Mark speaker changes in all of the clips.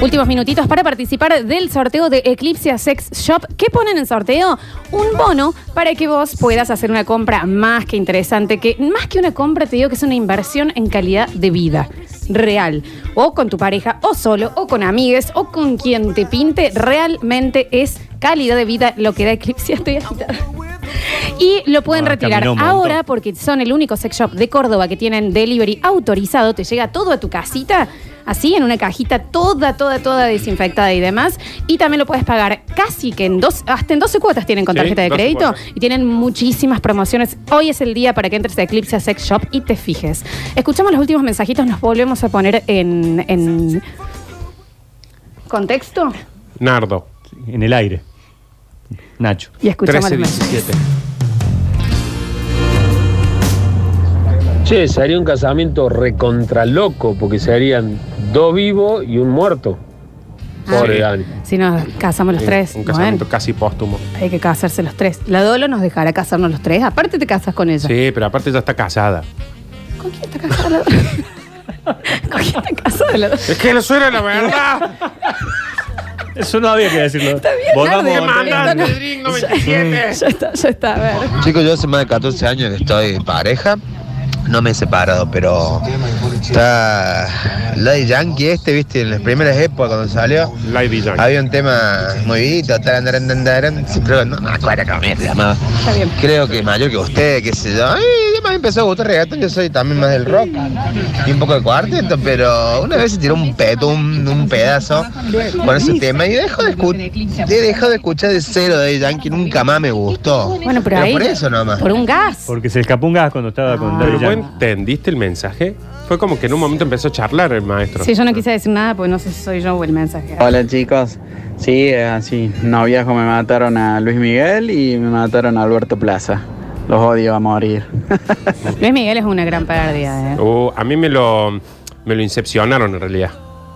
Speaker 1: Últimos minutitos para participar del sorteo de Eclipse Sex Shop. ¿Qué ponen en sorteo? Un bono para que vos puedas hacer una compra más que interesante, que más que una compra te digo que es una inversión en calidad de vida real. O con tu pareja, o solo, o con amigues, o con quien te pinte. Realmente es calidad de vida lo que da Eclipse. Estoy agitada. Y lo pueden
Speaker 2: Ah,
Speaker 1: retirar
Speaker 2: caminó un montón.
Speaker 1: ahora porque son el único sex shop de Córdoba que tienen delivery autorizado. Te llega todo a tu casita, así, en una cajita toda, toda, toda desinfectada y demás. Y también lo puedes pagar casi que en dos, hasta en 12 cuotas tienen con
Speaker 2: Sí,
Speaker 1: tarjeta de
Speaker 2: 12
Speaker 1: crédito.
Speaker 2: cuotas.
Speaker 1: Y tienen muchísimas promociones. Hoy es el día para que entres a Eclipse a Sex Shop y te fijes. Escuchamos los últimos mensajitos, nos volvemos a poner en, en contexto
Speaker 3: Nardo.
Speaker 2: En el aire. Nacho.
Speaker 1: y escuchamos los mensajes.
Speaker 3: 13-17.
Speaker 4: Che, se haría un casamiento recontra loco, porque se harían dos vivos y un muerto.
Speaker 5: Ah.
Speaker 4: Pobre
Speaker 3: Sí.
Speaker 4: Dani.
Speaker 1: Si nos casamos los tres,
Speaker 3: Un
Speaker 1: bueno.
Speaker 3: casamiento casi póstumo.
Speaker 1: Hay que casarse los tres. La Dolo nos dejará casarnos los tres. Aparte te casas con ella.
Speaker 3: Sí, pero aparte ya está casada.
Speaker 1: ¿Con quién está casada la Dolo? ¿Con quién está casada la Dolo?
Speaker 3: Es que no suena la verdad.
Speaker 2: Eso no había que decirlo.
Speaker 1: Está bien,
Speaker 2: Volvamos
Speaker 1: Nardi,
Speaker 2: a-
Speaker 1: manda.
Speaker 3: Mandan el drink 97.
Speaker 1: Ya está, ya está. A ver.
Speaker 6: Chicos, yo hace más de 14 años que estoy en pareja. No me he separado, pero está Lady Yankee este, viste, en las primeras épocas cuando salió.
Speaker 3: Lady Young.
Speaker 6: Había un tema muy visto, taran, taran, taran, taran. creo, no me acuerdo cómo se llamaba.
Speaker 1: Está bien.
Speaker 6: Creo que mayor que usted, qué sé yo. Ay, además me empezó a gustar reggaetón, yo soy también más del rock y un poco de cuarteto, pero una vez se tiró un peto, un, un pedazo con ese tema y dejo de, escu- he dejado de escuchar de cero de Yankee, nunca más me gustó.
Speaker 1: Bueno, pero
Speaker 6: Pero
Speaker 1: ahí.
Speaker 6: por eso nomás.
Speaker 1: Por un gas.
Speaker 2: Porque se escapó un gas cuando estaba con
Speaker 1: Ah.
Speaker 2: Daddy
Speaker 3: Pero vos
Speaker 2: Yankee.
Speaker 3: entendiste el mensaje. Fue como que en un momento empezó a charlar el maestro.
Speaker 1: Sí, yo no quise decir nada porque no sé si soy yo o el mensaje.
Speaker 7: Hola chicos, sí, eh, así, noviazgo me mataron a Luis Miguel y me mataron a Alberto Plaza. Los odio a morir.
Speaker 1: Luis Miguel es una gran pérdida. ¿eh?
Speaker 3: O Uh, a mí me lo, me lo incepcionaron en realidad.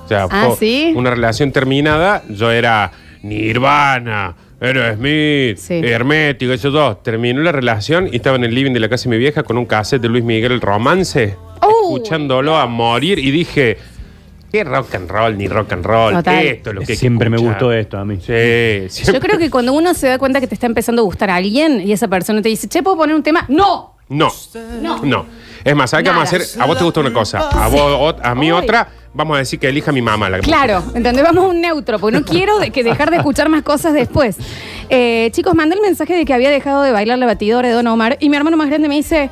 Speaker 3: O sea,
Speaker 1: Ah,
Speaker 3: fue
Speaker 1: ¿sí?
Speaker 3: una relación terminada. Yo era Nirvana, era Smith,
Speaker 1: Sí.
Speaker 3: Hermético, esos dos. Terminó la relación y estaba en el living de la casa de mi vieja con un cassette de Luis Miguel, el romance,
Speaker 1: Uh.
Speaker 3: escuchándolo a morir. Y dije, ¿qué rock and roll, ni rock and roll?
Speaker 1: Total.
Speaker 3: Esto es lo que hay que
Speaker 2: Siempre me
Speaker 3: escuchar".
Speaker 2: gustó esto a mí.
Speaker 3: Sí, siempre.
Speaker 1: Yo creo que cuando uno se da cuenta que te está empezando a gustar a alguien y esa persona te dice, che, ¿puedo poner un tema? ¡No!
Speaker 3: No.
Speaker 1: No.
Speaker 3: No. Es más, ¿sabes qué vamos a
Speaker 1: Nada.
Speaker 3: hacer? A vos te gusta una cosa, a vos ot- a mí
Speaker 1: Ay.
Speaker 3: otra. Vamos a decir que elija mi mamá la que
Speaker 1: Claro, ¿entendés? Vamos a un neutro, porque no quiero de- que dejar de escuchar más cosas después. Eh, chicos, mandé el mensaje de que había dejado de bailar la batidora de Don Omar y mi hermano más grande me dice,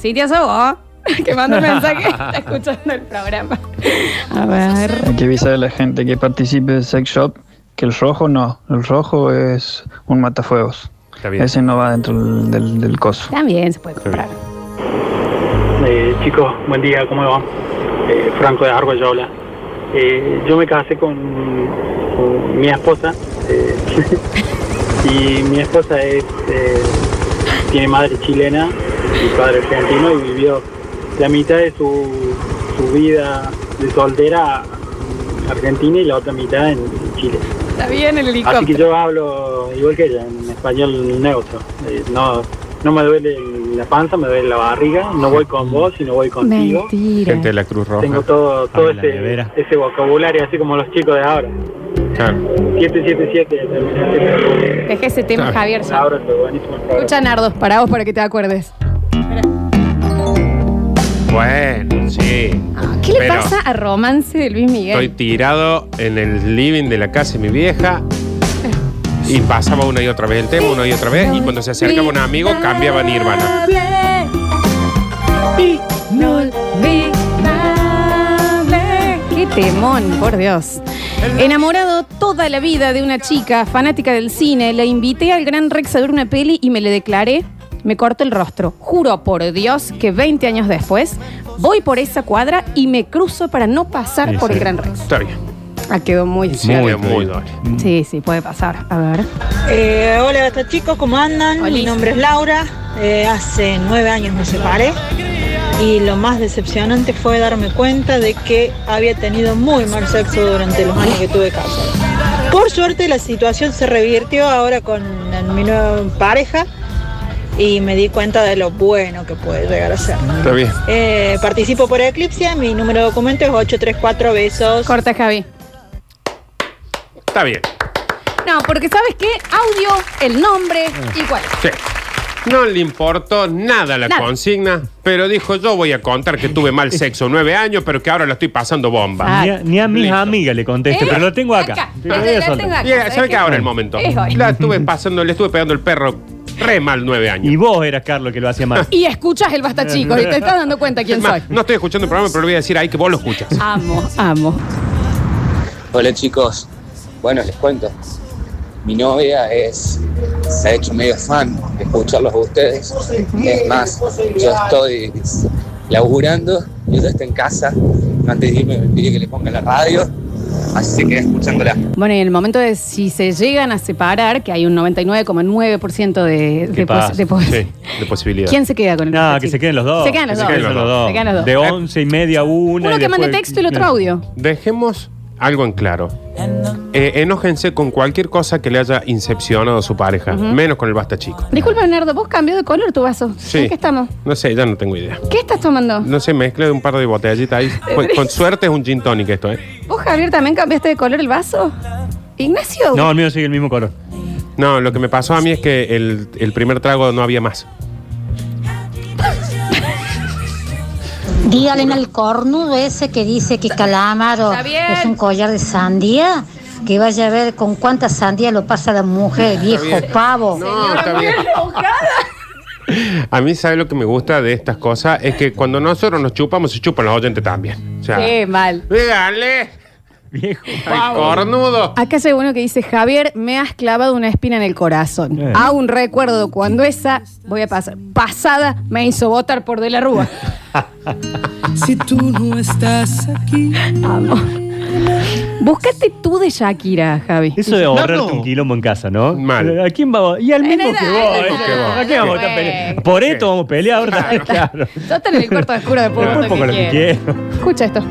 Speaker 1: sí, te hace vos, que manda un mensaje, está escuchando el programa. A ver.
Speaker 8: Hay que avisar a la gente que participe del sex shop que el rojo no, el rojo es un matafuegos.
Speaker 3: Está bien.
Speaker 8: Ese no va dentro del, del- del coso.
Speaker 1: También se puede comprar.
Speaker 9: Eh, chicos, buen día, ¿cómo va? Eh, Franco de Argoyola. Eh, yo me casé con, con mi esposa eh, y mi esposa es, eh, tiene madre chilena y padre argentino y vivió la mitad de su, su vida de soltera en Argentina y la otra mitad en Chile.
Speaker 1: Está bien el
Speaker 9: Así que
Speaker 1: helicóptero.
Speaker 9: yo hablo igual que ella, en español neutro. Eh, no, no me duele la panza, me duele la barriga. No voy con vos y no voy contigo.
Speaker 1: Mm. Mentira.
Speaker 3: Gente de la Cruz Roja.
Speaker 9: Tengo todo, todo
Speaker 2: Ah, en la
Speaker 9: ese,
Speaker 2: nevera.
Speaker 9: ese vocabulario, así como los chicos de ahora.
Speaker 3: Claro.
Speaker 9: 777, terminaste.
Speaker 1: Deja ese tema,
Speaker 3: Claro.
Speaker 1: Javier. ya.
Speaker 9: Ahora estoy buenísimo.
Speaker 1: Escucha, Nardos, para vos para que te acuerdes.
Speaker 3: Bueno, sí.
Speaker 1: Ah, ¿Qué le
Speaker 3: Pero
Speaker 1: pasa a Romance de Luis
Speaker 3: Estoy
Speaker 1: Miguel?
Speaker 3: tirado en el living de la casa de mi vieja. Y pasaba una y otra vez el tema, una y otra vez. ¿Eh? Y cuando se acercaba un amigo, cambiaba Nirvana.
Speaker 1: Inolvidable. Qué temón, por Dios. Enamorado toda la vida de una chica fanática del cine, la invité al Gran Rex a ver una peli y me le declaré, me corto el rostro. Juro por Dios que 20 años después voy por esa cuadra y me cruzo para no pasar
Speaker 2: Sí,
Speaker 1: por el
Speaker 2: sí.
Speaker 1: Gran Rex.
Speaker 3: Está bien.
Speaker 1: Ah, quedó muy...
Speaker 3: Sí,
Speaker 2: Muy,
Speaker 3: muy,
Speaker 2: muy.
Speaker 3: dólar.
Speaker 1: Sí, sí, puede pasar. A ver.
Speaker 10: Eh, hola, hasta chicos, ¿cómo andan?
Speaker 1: Hola.
Speaker 10: Mi nombre es Laura. Eh, hace nueve años me separé y lo más decepcionante fue darme cuenta de que había tenido muy mal sexo durante los años que tuve casa. Por suerte la situación se revirtió ahora con mi nueva pareja y me di cuenta de lo bueno que puede llegar a ser.
Speaker 3: Está bien.
Speaker 10: Eh, participo por Eclipse, mi número de documento es 834 besos.
Speaker 1: Corta, Javi.
Speaker 3: Está bien.
Speaker 1: No, porque ¿sabes qué? Audio, el nombre,
Speaker 2: Ah.
Speaker 1: igual.
Speaker 3: Sí. No le importó nada la
Speaker 1: Nada.
Speaker 3: consigna, pero dijo, yo voy a contar que tuve mal sexo nueve años, pero que ahora lo estoy pasando bomba.
Speaker 1: Ah,
Speaker 2: Ni a, ni a mis
Speaker 3: Listo.
Speaker 2: amigas le conteste,
Speaker 1: Eh,
Speaker 2: pero lo tengo acá. Lo
Speaker 1: Lo
Speaker 2: voy a
Speaker 1: tengo
Speaker 2: soltar.
Speaker 1: acá,
Speaker 3: Y, eh, ¿Sabe
Speaker 1: ¿sabes
Speaker 3: qué? Ahora es el momento.
Speaker 1: Es hoy.
Speaker 3: La estuve pasando, le estuve pegando el perro re mal nueve años.
Speaker 2: Y vos eras Carlos que lo hacía mal.
Speaker 1: Y escuchas el basta chico y te estás dando cuenta quién
Speaker 3: Es más,
Speaker 1: soy.
Speaker 3: No estoy escuchando el programa, pero le voy a decir ahí que vos lo escuchas.
Speaker 1: Amo, amo.
Speaker 5: Hola chicos, bueno les cuento, mi novia es, se ha hecho medio fan de escucharlos a ustedes, es más, yo estoy laburando y ella está en casa, antes de irme me pide que le ponga la radio, así que escuchándola.
Speaker 1: Bueno, y en el momento de si se llegan a separar, que hay un 99,9% de, de,
Speaker 2: pasa?
Speaker 1: pos- de pos-
Speaker 3: Sí, de posibilidad.
Speaker 1: ¿Quién se queda con el
Speaker 2: No,
Speaker 1: basta
Speaker 2: que
Speaker 1: chico?
Speaker 2: se queden los dos.
Speaker 1: Se quedan los,
Speaker 3: que
Speaker 1: dos.
Speaker 3: se queden los dos.
Speaker 1: Se quedan los dos.
Speaker 2: De once y media a una.
Speaker 1: Uno
Speaker 2: y
Speaker 1: que mande
Speaker 2: después-
Speaker 1: texto y el otro audio.
Speaker 3: Dejemos algo en claro. Eh, enójense con cualquier cosa que le haya incepcionado a su pareja, menos con el basta chico.
Speaker 1: Disculpa, Leonardo, ¿vos cambió de color tu vaso? ¿En qué estamos?
Speaker 3: No sé, ya no tengo idea.
Speaker 1: ¿Qué estás tomando?
Speaker 3: No sé, mezcla de un par de botellitas ahí. Con, con suerte es un gin tonic esto, ¿eh?
Speaker 1: ¿Vos, Javier, también cambiaste de color el vaso? Ignacio.
Speaker 2: No, el mío sigue el mismo color.
Speaker 3: No, lo que me pasó a mí es que el, el primer trago no había más.
Speaker 11: Dígale al cornudo ese que dice que calamaro
Speaker 1: Está bien.
Speaker 11: es un collar de sandía, que vaya a ver con cuántas sandías lo pasa la mujer, viejo pavo.
Speaker 3: No, está bien. A mí, ¿sabe lo que me gusta de estas cosas? Es que cuando nosotros nos chupamos, se chupan los oyentes también. O sea,
Speaker 1: Qué mal.
Speaker 3: dígale
Speaker 2: Viejo.
Speaker 3: al cornudo.
Speaker 1: Acá llega uno que dice, Javier, me has clavado una espina en el corazón.
Speaker 2: Eh.
Speaker 1: Aún recuerdo cuando esa, voy a pasar, pasada me hizo votar por De la Rúa.
Speaker 12: Si tú no estás aquí.
Speaker 1: Amo. Búscate tú de Shakira, Javi.
Speaker 2: Eso de ahorrarte
Speaker 12: Nardo.
Speaker 2: un quilombo en casa, ¿no?
Speaker 3: Mal.
Speaker 2: ¿A quién vamos? Y al mismo
Speaker 1: Eh,
Speaker 2: que
Speaker 1: nada,
Speaker 2: vos.
Speaker 1: nada,
Speaker 2: ¿eh?
Speaker 1: nada,
Speaker 2: ¿A qué vamos a estar
Speaker 1: bueno.
Speaker 2: peleando? Por esto vamos a pelear, ¿verdad? Claro.
Speaker 1: Yo en el cuarto oscuro de
Speaker 2: Pero
Speaker 1: Puerto
Speaker 2: un poco lo que quiero.
Speaker 1: Escucha esto.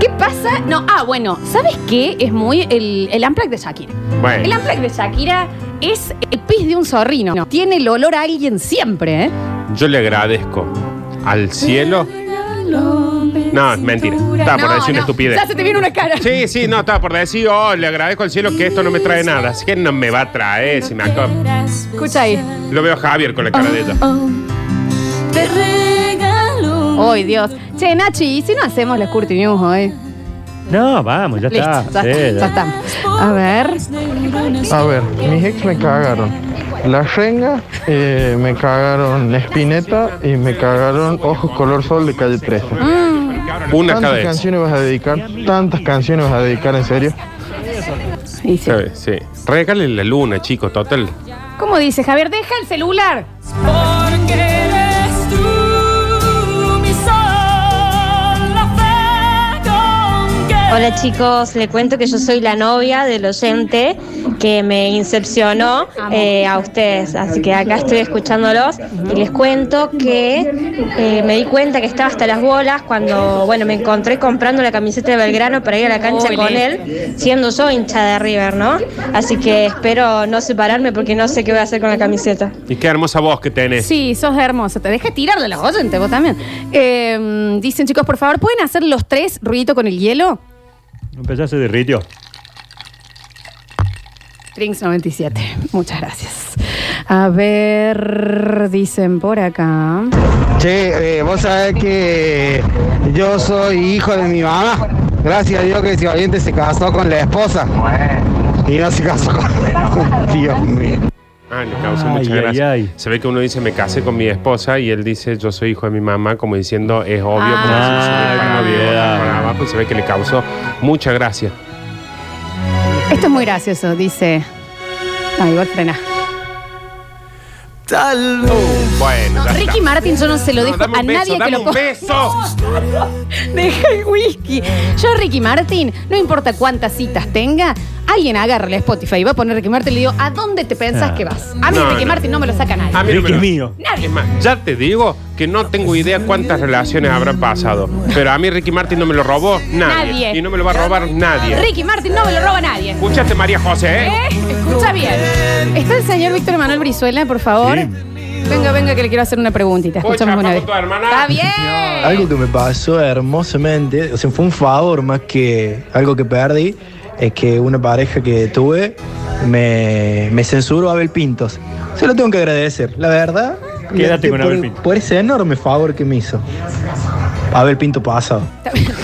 Speaker 1: ¿Qué pasa? No, ah, bueno, ¿sabes qué? Es muy el, el Amplac de Shakira.
Speaker 3: Bueno.
Speaker 1: El Amplac de Shakira es el pis de un zorrino. Tiene el olor a alguien siempre, ¿eh?
Speaker 3: Yo le agradezco al cielo. No, es mentira. Estaba por decir una estupidez.
Speaker 1: Ya se te viene una cara.
Speaker 3: Sí, sí, no, estaba por decir, oh, le agradezco al cielo que esto no me trae nada. Así que no me va a traer si me acabo.
Speaker 1: Escucha ahí.
Speaker 3: Lo veo a Javier con la cara de ella.
Speaker 12: Te regalo.
Speaker 1: Ay, Dios. Che, Nachi, ¿y si no hacemos los Curti News hoy?
Speaker 2: No, vamos, ya
Speaker 1: Listo,
Speaker 2: está.
Speaker 1: ya,
Speaker 2: Sí,
Speaker 1: ya está. A ver.
Speaker 8: A ver, mis ex me cagaron. La renga, eh, me cagaron la espineta y me cagaron Ojos Color Sol de calle 13.
Speaker 3: Una cada
Speaker 8: ¿Tantas
Speaker 3: vez.
Speaker 8: canciones vas a dedicar? ¿Tantas canciones vas a dedicar en serio?
Speaker 1: Y sí.
Speaker 3: ¿Sabes? Sí. Regale la luna, chico, total.
Speaker 1: ¿Cómo dice Javier? Deja el celular.
Speaker 12: Porque eres tú mi sol, la fe con que
Speaker 11: Hola chicos, le cuento que yo soy la novia del oyente que me incepcionó eh, a ustedes, así que acá estoy escuchándolos y les cuento que eh, me di cuenta que estaba hasta las bolas cuando, bueno, me encontré comprando la camiseta de Belgrano para ir a la cancha
Speaker 1: Ole.
Speaker 11: con él, siendo yo hincha de River, ¿no? Así que espero no separarme porque no sé qué voy a hacer con la camiseta.
Speaker 3: Y qué hermosa voz que tenés.
Speaker 1: Sí, sos hermosa. Te deja tirar de los oyentes, vos también. Eh, dicen, chicos, por favor, ¿pueden hacer los tres ruidito con el hielo?
Speaker 2: Empezó a se derritió.
Speaker 1: Drinks 97. Muchas gracias. A ver, dicen por acá.
Speaker 6: Che, eh, vos sabés que yo soy hijo de mi
Speaker 13: Ah.
Speaker 6: mamá. Gracias a Dios que ese valiente se casó con la esposa. Y no se casó con... Dios mío.
Speaker 3: Ah, le causó
Speaker 2: Ay,
Speaker 3: mucha
Speaker 2: ay,
Speaker 3: gracia.
Speaker 2: ay.
Speaker 3: Se ve que uno dice, me casé con mi esposa, y él dice, yo soy hijo de mi mamá, como diciendo, es obvio,
Speaker 1: Ah.
Speaker 3: como si se
Speaker 2: Ah,
Speaker 3: me para
Speaker 2: qué
Speaker 3: arriba,
Speaker 2: novedad.
Speaker 3: para abajo, y se ve que le causó mucha gracia.
Speaker 1: Esto es muy gracioso, dice. No, igual frena.
Speaker 12: Tal vez.
Speaker 3: Bueno, ya
Speaker 1: Ricky
Speaker 3: está.
Speaker 1: Martin, yo no se lo
Speaker 3: No,
Speaker 1: dejo
Speaker 3: dame
Speaker 1: a
Speaker 3: un beso,
Speaker 1: nadie que
Speaker 3: dame
Speaker 1: lo
Speaker 3: un
Speaker 1: coja.
Speaker 3: beso.
Speaker 1: Deja el whisky. Yo, Ricky Martin, no importa cuántas citas tenga, alguien agarra el Spotify y va a poner Ricky Martin y le digo, ¿a dónde te pensás
Speaker 2: Ah.
Speaker 1: que vas? A mí
Speaker 3: No,
Speaker 1: Ricky
Speaker 3: no.
Speaker 1: Martin no me lo saca nadie.
Speaker 3: A mí no
Speaker 2: Ricky
Speaker 3: me lo-
Speaker 2: es mío.
Speaker 1: Nadie.
Speaker 3: Es más, ya te digo que no tengo idea cuántas relaciones habrán pasado. Pero a mí Ricky Martin no me lo robó nadie.
Speaker 1: Nadie.
Speaker 3: Y no me lo va a robar nadie.
Speaker 1: Ricky Martin no me lo roba nadie.
Speaker 3: Escuchaste, María José, ¿eh?
Speaker 1: ¿Eh? Escucha bien. ¿Está el señor Víctor Manuel Brizuela, por favor?
Speaker 2: Sí.
Speaker 1: Venga, venga, que le quiero hacer una preguntita.
Speaker 3: Voy
Speaker 1: Escuchamos
Speaker 3: chapa
Speaker 1: una vez.
Speaker 3: con tu hermana.
Speaker 1: Está
Speaker 12: Algo
Speaker 1: bien.
Speaker 12: que me pasó hermosamente, o sea, fue un favor más que algo que perdí.
Speaker 9: es que una pareja que tuve me, me censuró Abel Pintos. Se lo tengo que agradecer, la verdad.
Speaker 2: Quédate con
Speaker 9: por-
Speaker 2: Abel Pintos.
Speaker 9: Por ese enorme favor que me hizo. Abel Pinto pasado.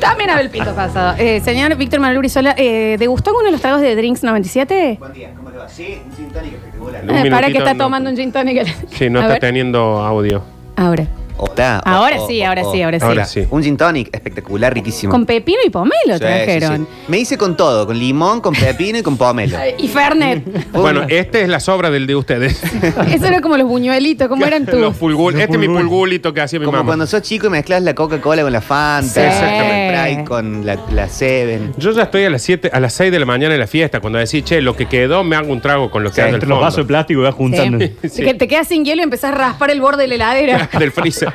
Speaker 1: También Abel Pinto pasado. Eh, señor Víctor Manuel Brizola, eh, ¿degustó alguno de los tragos de Drinks 97? Buen día, ¿cómo le va? Sí, un gin tonic
Speaker 3: Un
Speaker 1: Eh, Para Eh, que
Speaker 3: minutito,
Speaker 1: está
Speaker 3: no.
Speaker 1: tomando un gin tonic.
Speaker 3: Sí, no
Speaker 1: A
Speaker 3: está
Speaker 1: ver.
Speaker 3: teniendo audio.
Speaker 1: Ahora.
Speaker 6: Hola.
Speaker 1: Ahora sí, ahora sí, ahora sí. Ahora sí.
Speaker 6: Un gin tonic espectacular, riquísimo.
Speaker 1: Con pepino y pomelo
Speaker 6: Sí,
Speaker 1: trajeron.
Speaker 6: sí, sí. Me hice con todo, con limón, con pepino y con pomelo.
Speaker 1: Y Fernet.
Speaker 3: Bueno, esta es la sobra del de ustedes.
Speaker 1: Eso era como los buñuelitos, ¿cómo eran tú?
Speaker 3: Los pulgul- este es mi pulgulito que hacía mi
Speaker 6: Como
Speaker 3: mamá.
Speaker 6: cuando sos chico y mezclas la Coca-Cola con la Fanta,
Speaker 3: Sí.
Speaker 6: con la Sprite, con la, la Seven.
Speaker 3: Yo ya estoy a las 7, a las 6 de la mañana en la fiesta, cuando decís, che, lo que quedó me hago un trago con lo que
Speaker 2: Sí,
Speaker 3: hay del
Speaker 2: entre los
Speaker 3: fondo.
Speaker 2: vasos de plástico y vas juntando.
Speaker 3: Sí.
Speaker 1: Que te quedas sin hielo y empezás a raspar el borde de la heladera.
Speaker 3: del freezer.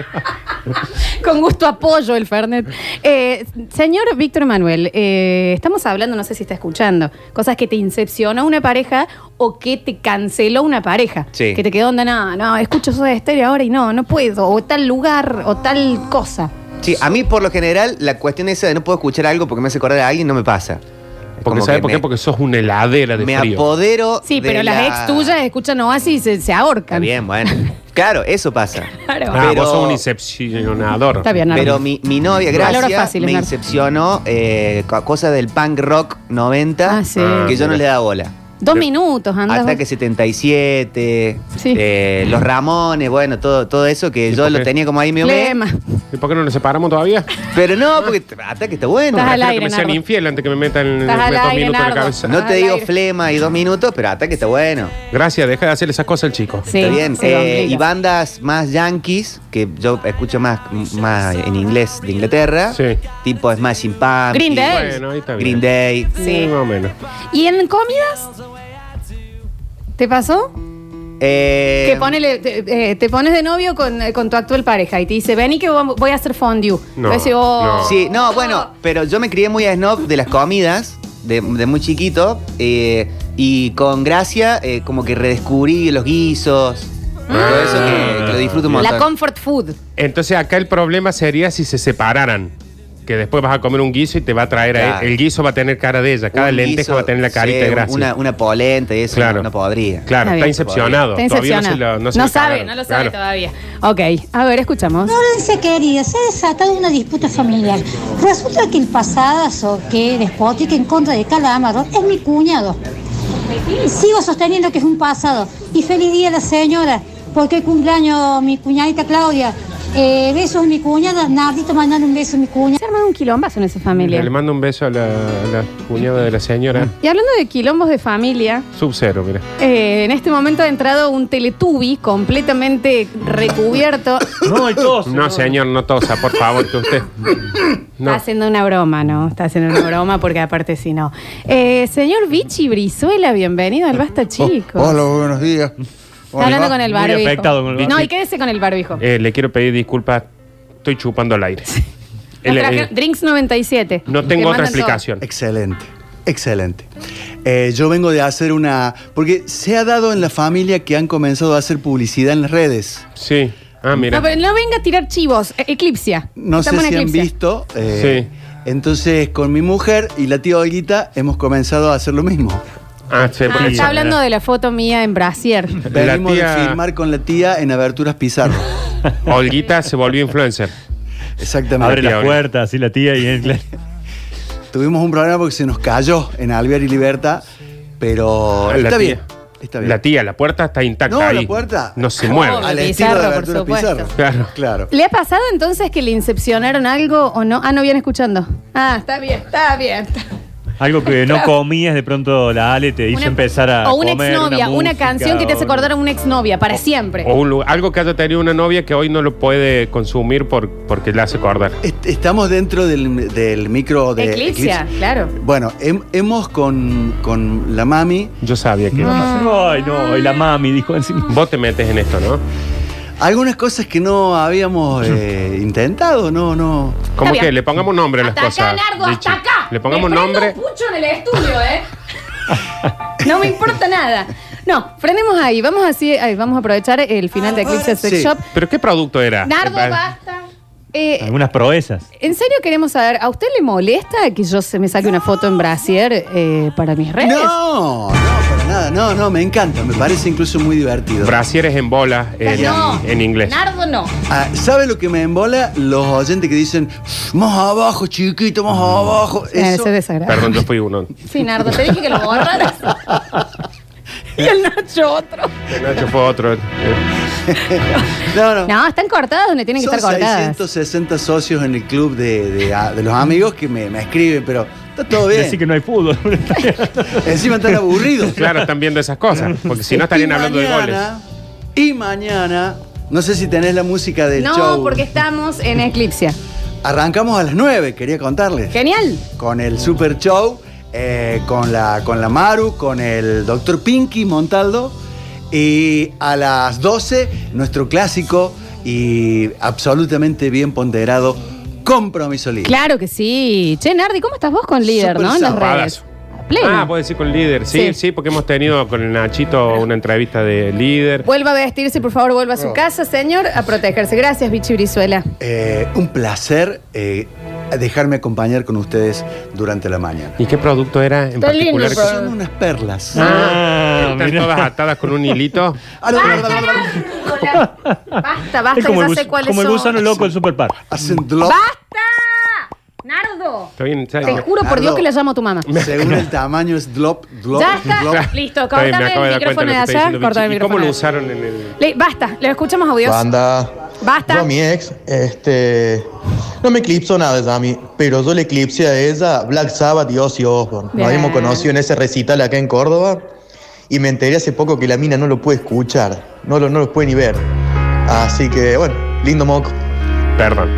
Speaker 1: Con gusto apoyo el Fernet. Eh, señor Víctor Manuel, eh, estamos hablando, no sé si está escuchando, cosas que te incepcionó una pareja o que te canceló una pareja.
Speaker 6: Sí.
Speaker 1: Que te quedó onda, no, no, escucho eso de estéreo ahora y no, no puedo, o tal lugar, o tal cosa.
Speaker 6: Sí, a mí por lo general la cuestión esa de no puedo escuchar algo porque me hace acordar a alguien no me pasa.
Speaker 3: Porque ¿sabes por qué? Porque sos una heladera de
Speaker 6: me
Speaker 3: frío.
Speaker 6: apodero
Speaker 1: Sí,
Speaker 6: de
Speaker 1: pero las
Speaker 6: la-
Speaker 1: ex tuyas escuchan Oasis y se, se
Speaker 6: Está
Speaker 1: ahorcan.
Speaker 6: bien, bueno. Claro, eso pasa.
Speaker 1: Claro.
Speaker 3: Ah, vos sos un incepcionador.
Speaker 1: Está bien, Nardo.
Speaker 6: Pero mi, mi novia,
Speaker 1: Valora
Speaker 6: Gracia,
Speaker 1: fáciles,
Speaker 6: me
Speaker 1: Nardo.
Speaker 6: incepcionó eh, co- cosas del punk rock 90
Speaker 1: sí.
Speaker 6: que yo no
Speaker 1: Ah,
Speaker 6: le daba bola.
Speaker 1: Dos minutos, andás.
Speaker 6: Ataque 77,
Speaker 1: Sí.
Speaker 6: eh, los Ramones, bueno, todo, todo eso que yo
Speaker 3: por
Speaker 6: lo
Speaker 3: qué?
Speaker 6: tenía como ahí medio meh.
Speaker 1: Lema.
Speaker 3: ¿Y por qué no nos separamos todavía?
Speaker 6: Pero no, porque t- Ataque está bueno.
Speaker 1: Estás al
Speaker 3: Prefiero
Speaker 1: aire,
Speaker 3: que me sean
Speaker 1: Nardo.
Speaker 3: infiel antes que me metan
Speaker 1: Estás al
Speaker 3: dos
Speaker 1: aire,
Speaker 3: minutos en la
Speaker 1: Nardo.
Speaker 3: cabeza.
Speaker 6: No te
Speaker 1: al
Speaker 6: digo
Speaker 1: aire.
Speaker 6: flema y dos minutos, pero Ataque está bueno.
Speaker 3: Gracias, deja de hacer esas cosas el chico.
Speaker 1: Sí,
Speaker 6: Está bien.
Speaker 1: se lo
Speaker 6: Eh,
Speaker 1: obliga.
Speaker 6: y bandas más yankees, que yo escucho más, más en inglés de Inglaterra, tipo Smashing Pumpkins.
Speaker 1: Green Day.
Speaker 3: Bueno, ahí está bien.
Speaker 6: Green Day.
Speaker 1: Sí.
Speaker 3: Más o menos.
Speaker 1: ¿Y en comidas? ¿Te pasó?
Speaker 6: Eh,
Speaker 1: Que ponele, te, eh, te pones de novio con, eh, con tu actual pareja y te dice, vení que vam- voy a hacer fondue.
Speaker 6: No,
Speaker 1: Vas a decir, oh,
Speaker 6: Sí, no, bueno, pero yo me crié muy a snob de las comidas, de, de muy chiquito, eh, y con gracia eh, como que redescubrí los guisos, todo eso que, que lo disfruto un montón.
Speaker 1: La comfort food.
Speaker 3: Entonces acá el problema sería si se separaran. Que después vas a comer un guiso y te va a traer a
Speaker 6: Claro.
Speaker 3: El guiso va a tener cara de ella, cada
Speaker 6: Un
Speaker 3: lenteja
Speaker 6: guiso,
Speaker 3: va a tener la carita
Speaker 6: sí,
Speaker 3: de gracia.
Speaker 6: Una, una polenta y eso
Speaker 3: Claro.
Speaker 6: no, no podría.
Speaker 3: Claro,
Speaker 1: bien.
Speaker 3: está incepcionado.
Speaker 1: Está
Speaker 3: Todavía no se
Speaker 1: incepcionado.
Speaker 3: lo- no se lo
Speaker 1: sabe,
Speaker 3: cagaron.
Speaker 1: no lo sabe
Speaker 3: Claro.
Speaker 1: todavía. Ok, a ver, escuchamos.
Speaker 14: Florencia querida, se ha desatado una disputa familiar. Resulta que el pasadazo que despotica en contra de Calamaro es mi cuñado. Sigo sosteniendo que es un pasado. Y feliz día a la señora, porque hoy cumpleaños mi cuñadita Claudia. Eh, besos a mi cuñada, Nardito mandando un beso a mi cuñada.
Speaker 1: Se ha armado un quilombazo en esa familia.
Speaker 3: Le mando un beso a la, a la cuñada de la señora.
Speaker 1: Y hablando de quilombos de familia,
Speaker 3: Sub-cero, mira.
Speaker 1: eh, en este momento ha entrado un teletubi completamente recubierto,
Speaker 2: No, el tos.
Speaker 3: No, señor, no tosa, por favor, que usted. No.
Speaker 1: Está haciendo una broma, ¿no? Está haciendo una broma porque aparte si no. Eh, señor Vichy Brizuela, bienvenido al
Speaker 3: Oh,
Speaker 1: Basta Chico.
Speaker 15: Hola, buenos días.
Speaker 1: Está hablando con el
Speaker 3: Muy
Speaker 1: barbijo.
Speaker 3: afectado con el barbijo.
Speaker 1: No, y quédese con el barbijo.
Speaker 3: Eh, le quiero pedir disculpas, estoy chupando al aire.
Speaker 1: Nos
Speaker 3: El-
Speaker 1: trajeron-
Speaker 3: eh,
Speaker 1: Drinks 97.
Speaker 3: no
Speaker 1: Que
Speaker 3: tengo
Speaker 1: mandan
Speaker 3: otra
Speaker 1: todo.
Speaker 3: explicación.
Speaker 15: Excelente, excelente. Eh, yo vengo de hacer una... Porque se ha dado en la familia que han comenzado a hacer publicidad en las redes.
Speaker 3: Sí. Ah,
Speaker 1: No, pero no venga a tirar chivos. E- Eclipsia.
Speaker 15: No sé
Speaker 1: Estamos en
Speaker 15: si han
Speaker 1: Eclipsia.
Speaker 15: visto. eh, Entonces, con mi mujer y la tía Olguita hemos comenzado a hacer lo mismo.
Speaker 3: Ah, sí,
Speaker 1: Ah, está hablando de la foto mía en brasier.
Speaker 15: Venimos de
Speaker 3: tía-
Speaker 15: firmar con la tía en Aberturas Pizarro.
Speaker 3: Olguita se volvió influencer.
Speaker 15: Exactamente.
Speaker 2: Abre
Speaker 15: Tía
Speaker 2: las
Speaker 15: Olga.
Speaker 2: puertas, así la tía y él.
Speaker 15: Tuvimos un problema porque se nos cayó en Alvear y Libertad, pero
Speaker 3: La
Speaker 15: está
Speaker 3: tía.
Speaker 15: bien. Está bien.
Speaker 3: La tía, la puerta está intacta
Speaker 15: No, la
Speaker 3: ahí.
Speaker 15: puerta-
Speaker 3: No se mueve.
Speaker 1: Obvio, Al estilo de Pizarro, por Abertura supuesto. Pizarro.
Speaker 3: Claro.
Speaker 15: Claro.
Speaker 1: ¿Le ha pasado entonces que le incepcionaron algo o no? Ah, no viene escuchando. Ah, está bien, está bien.
Speaker 2: Algo que no comías, de pronto la Ale te hizo
Speaker 1: Una-
Speaker 2: empezar a
Speaker 1: o una
Speaker 2: comer
Speaker 1: exnovia, una,
Speaker 2: música,
Speaker 1: canción que te hace
Speaker 2: o-
Speaker 1: acordar a una exnovia para siempre.
Speaker 3: O un lugar- algo que haya tenido una novia que hoy no lo puede consumir por, porque le hace acordar.
Speaker 15: Est- Estamos dentro del, del micro de
Speaker 1: Eclipsia,
Speaker 15: Eclipse.
Speaker 1: claro.
Speaker 15: Bueno, hem- hemos con, con la mami.
Speaker 3: Yo sabía que iba
Speaker 1: Mm.
Speaker 3: a pasar.
Speaker 2: Ay, no, y la mami dijo encima.
Speaker 1: Eh.
Speaker 3: Vos te metes en esto, ¿no?
Speaker 15: Algunas cosas que no habíamos eh, intentado, no, no.
Speaker 3: ¿Cómo que le pongamos nombre a las
Speaker 1: Hasta acá,
Speaker 3: cosas?
Speaker 1: Nardo,
Speaker 3: Vichy?
Speaker 1: hasta acá.
Speaker 3: Le pongamos
Speaker 1: Me prendo
Speaker 3: nombre.
Speaker 1: un pucho en el estudio, ¿eh? No me importa nada. No, frenemos ahí. Vamos así, ahí, vamos a aprovechar el final de Eclipse Sex
Speaker 3: Ah, Sí.
Speaker 1: Shop.
Speaker 3: ¿Pero qué producto era?
Speaker 1: Nardo,
Speaker 3: Eh,
Speaker 1: basta. Eh,
Speaker 2: Algunas proezas.
Speaker 1: ¿En serio queremos saber, ¿a usted le molesta que yo se me saque una foto en brasier eh, para mis redes?
Speaker 13: No, no, para nada. No, no, me encanta. Me parece incluso muy divertido.
Speaker 3: Brasieres en bola en,
Speaker 1: No.
Speaker 3: en inglés.
Speaker 1: Nardo no.
Speaker 13: Ah, ¿Sabe lo que me embola? Los oyentes que dicen, más abajo, chiquito,
Speaker 16: Mm.
Speaker 13: más abajo.
Speaker 1: Eh,
Speaker 13: Eso
Speaker 1: ese es desagradable.
Speaker 3: Perdón, yo fui uno.
Speaker 1: Sí, Nardo, te dije que lo borraras. y el Nacho otro.
Speaker 3: Nacho fue otro. Eh,
Speaker 13: no, no.
Speaker 1: No, están cortadas donde tienen que
Speaker 13: Son
Speaker 1: estar cortadas.
Speaker 13: 660 socios en el club de, de- a- de los amigos que me, me escriben, pero está todo bien.
Speaker 2: Así que no hay fútbol.
Speaker 13: Encima están aburridos.
Speaker 3: Claro, están viendo esas cosas. Porque si no estarían
Speaker 13: Y
Speaker 3: hablando de goles.
Speaker 13: mañana- Y mañana, no sé si tenés la música del
Speaker 1: No,
Speaker 13: show.
Speaker 1: porque estamos en Eclipse.
Speaker 13: Arrancamos a las 9, quería contarles.
Speaker 1: Genial.
Speaker 13: Con el Super Show, eh, con, la, con la Maru, con el Dr. Pinky Montaldo. Y a las 12, nuestro clásico y absolutamente bien ponderado Compromiso Libre.
Speaker 1: Claro que sí. Che, Nardi, ¿cómo estás vos con líder,
Speaker 13: Súper
Speaker 1: no? En las redes.
Speaker 3: Padazo.
Speaker 1: Pleno.
Speaker 3: Ah, puede decir con líder. Sí,
Speaker 1: Sí.
Speaker 3: sí, porque hemos tenido con el Nachito una entrevista de líder.
Speaker 1: Vuelva a vestirse, por favor, vuelva a su casa, señor, a protegerse. Gracias, Bichi Brizuela.
Speaker 13: Eh, un placer eh, dejarme acompañar con ustedes durante la mañana.
Speaker 3: ¿Y qué producto era en
Speaker 1: Está lindo el
Speaker 3: particular?
Speaker 1: producto.
Speaker 13: Son unas perlas.
Speaker 3: Ah, están
Speaker 2: mirá.
Speaker 3: todas atadas con un hilito.
Speaker 9: Ah,
Speaker 1: Ah. Basta, basta,
Speaker 2: Es como
Speaker 1: ya
Speaker 2: el,
Speaker 1: sé
Speaker 2: gusano,
Speaker 1: cuáles
Speaker 2: como el
Speaker 1: son.
Speaker 2: gusano loco del Superpar.
Speaker 13: Hacen
Speaker 1: ¡Basta! Nardo,
Speaker 3: Está bien, está
Speaker 1: te
Speaker 3: bien.
Speaker 1: juro por
Speaker 13: Nardo.
Speaker 1: Dios que le llamo a tu mamá.
Speaker 13: Según el tamaño es drop, drop,
Speaker 1: Ya está.
Speaker 13: drop.
Speaker 1: Listo,
Speaker 3: Está bien, me
Speaker 1: cortame
Speaker 3: acabo de
Speaker 1: el
Speaker 3: dar cuenta
Speaker 1: micrófono
Speaker 3: de
Speaker 1: de
Speaker 3: lo que está
Speaker 1: allá,
Speaker 3: diciendo
Speaker 1: cortame el
Speaker 3: Vichy. ¿Y
Speaker 1: micrófono.
Speaker 3: cómo lo
Speaker 1: de allá.
Speaker 3: usaron en el...?
Speaker 1: Le- basta, le escuchamos audios.
Speaker 17: Banda. Yo
Speaker 1: Basta.
Speaker 17: a mi ex, este, no me eclipso nada de mí, pero yo le eclipse a ella Black Sabbath y Ozzy Osbourne. Nos
Speaker 1: Bien.
Speaker 17: habíamos conocido en ese recital acá en Córdoba y me enteré hace poco que la mina no lo puede escuchar, no lo, no lo puede ni ver. Así que, bueno, lindo moco.
Speaker 3: Perdón.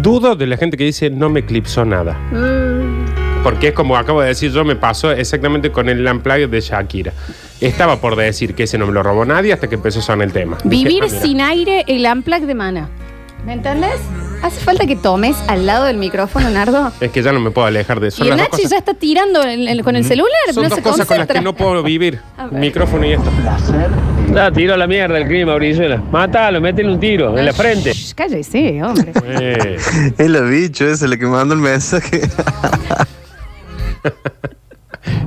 Speaker 3: Dudo de la gente que dice no me eclipsó nada.
Speaker 1: Mm.
Speaker 3: Porque es como acabo de decir, yo me pasó exactamente con el Lamplayo de Shakira. Estaba por decir que ese no me lo robó nadie hasta que empezó a sonar el tema. Dije,
Speaker 1: Vivir
Speaker 3: ah, mira.
Speaker 1: sin aire el Amplac de Mana. ¿Me entendés? Hace falta que tomes al lado del micrófono, Nardo.
Speaker 3: Es que ya no me puedo alejar de eso.
Speaker 1: Y el Nachi ya está tirando el- el- con el celular,
Speaker 3: Son
Speaker 1: no
Speaker 3: dos
Speaker 1: se
Speaker 3: cosas con las
Speaker 1: concentra.
Speaker 3: que no puedo vivir.
Speaker 1: A ver.
Speaker 3: Micrófono y esto.
Speaker 4: Da, tiró la mierda el crimen, Brizuela. Mátalo, métele un tiro en la frente.
Speaker 1: Shh, cállese, hombre.
Speaker 3: Eh,
Speaker 16: Es la bicho esa la que manda el mensaje.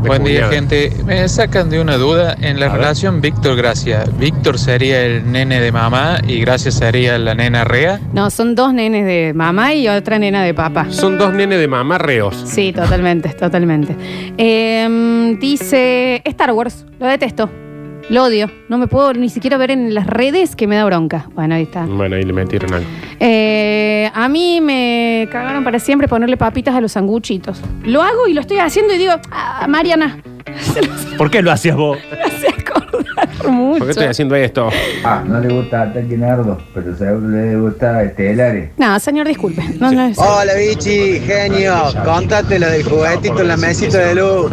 Speaker 18: Buen día,
Speaker 16: cuñada.
Speaker 18: gente. Me sacan de una duda en la relación Víctor Gracia. Víctor sería el nene de mamá y Gracia sería la nena Rea.
Speaker 1: No, son dos nenes de mamá y otra nena de papá.
Speaker 3: Son dos nenes de mamá reos.
Speaker 1: Sí, totalmente, totalmente. Em, dice Star Wars, lo detesto, lo odio, no me puedo ni siquiera ver en las redes que me da bronca. Bueno, ahí está.
Speaker 3: Bueno, ahí le metieron algo.
Speaker 1: Eh, a mí me cagaron para siempre ponerle papitas a los sanguchitos. Lo hago y lo estoy haciendo y digo, "Ah, Mariana,
Speaker 2: ¿Por qué lo hacías vos?
Speaker 1: mucho.
Speaker 3: ¿Por qué estoy haciendo esto?
Speaker 19: Ah, no le gusta Ataque Nardo, pero seguro le gusta Estelares.
Speaker 1: No, señor, disculpe. No, no es-
Speaker 20: Hola Vichy, genio, contate lo del juguetito en la mesita de luz.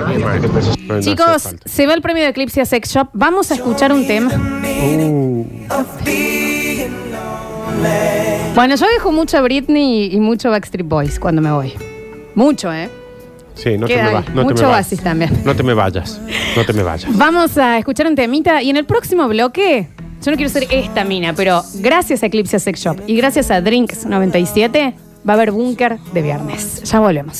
Speaker 1: Chicos, se va el premio de Eclipse a Sex Shop. Vamos a escuchar un tema. Bueno, yo dejo mucho a Britney y, y mucho Backstreet Boys cuando me voy. Mucho, ¿eh?
Speaker 3: Sí, no te
Speaker 1: Queda
Speaker 3: me
Speaker 1: ahí.
Speaker 3: vas. No te
Speaker 1: mucho
Speaker 3: me
Speaker 1: Oasis
Speaker 3: vayas.
Speaker 1: también.
Speaker 3: No te me vayas. No te me vayas.
Speaker 1: Vamos a escuchar un temita y en el próximo bloque, yo no quiero ser esta mina, pero gracias a Eclipse Sex Shop y gracias a Drinks 97 va a haber búnker de viernes. Ya volvemos.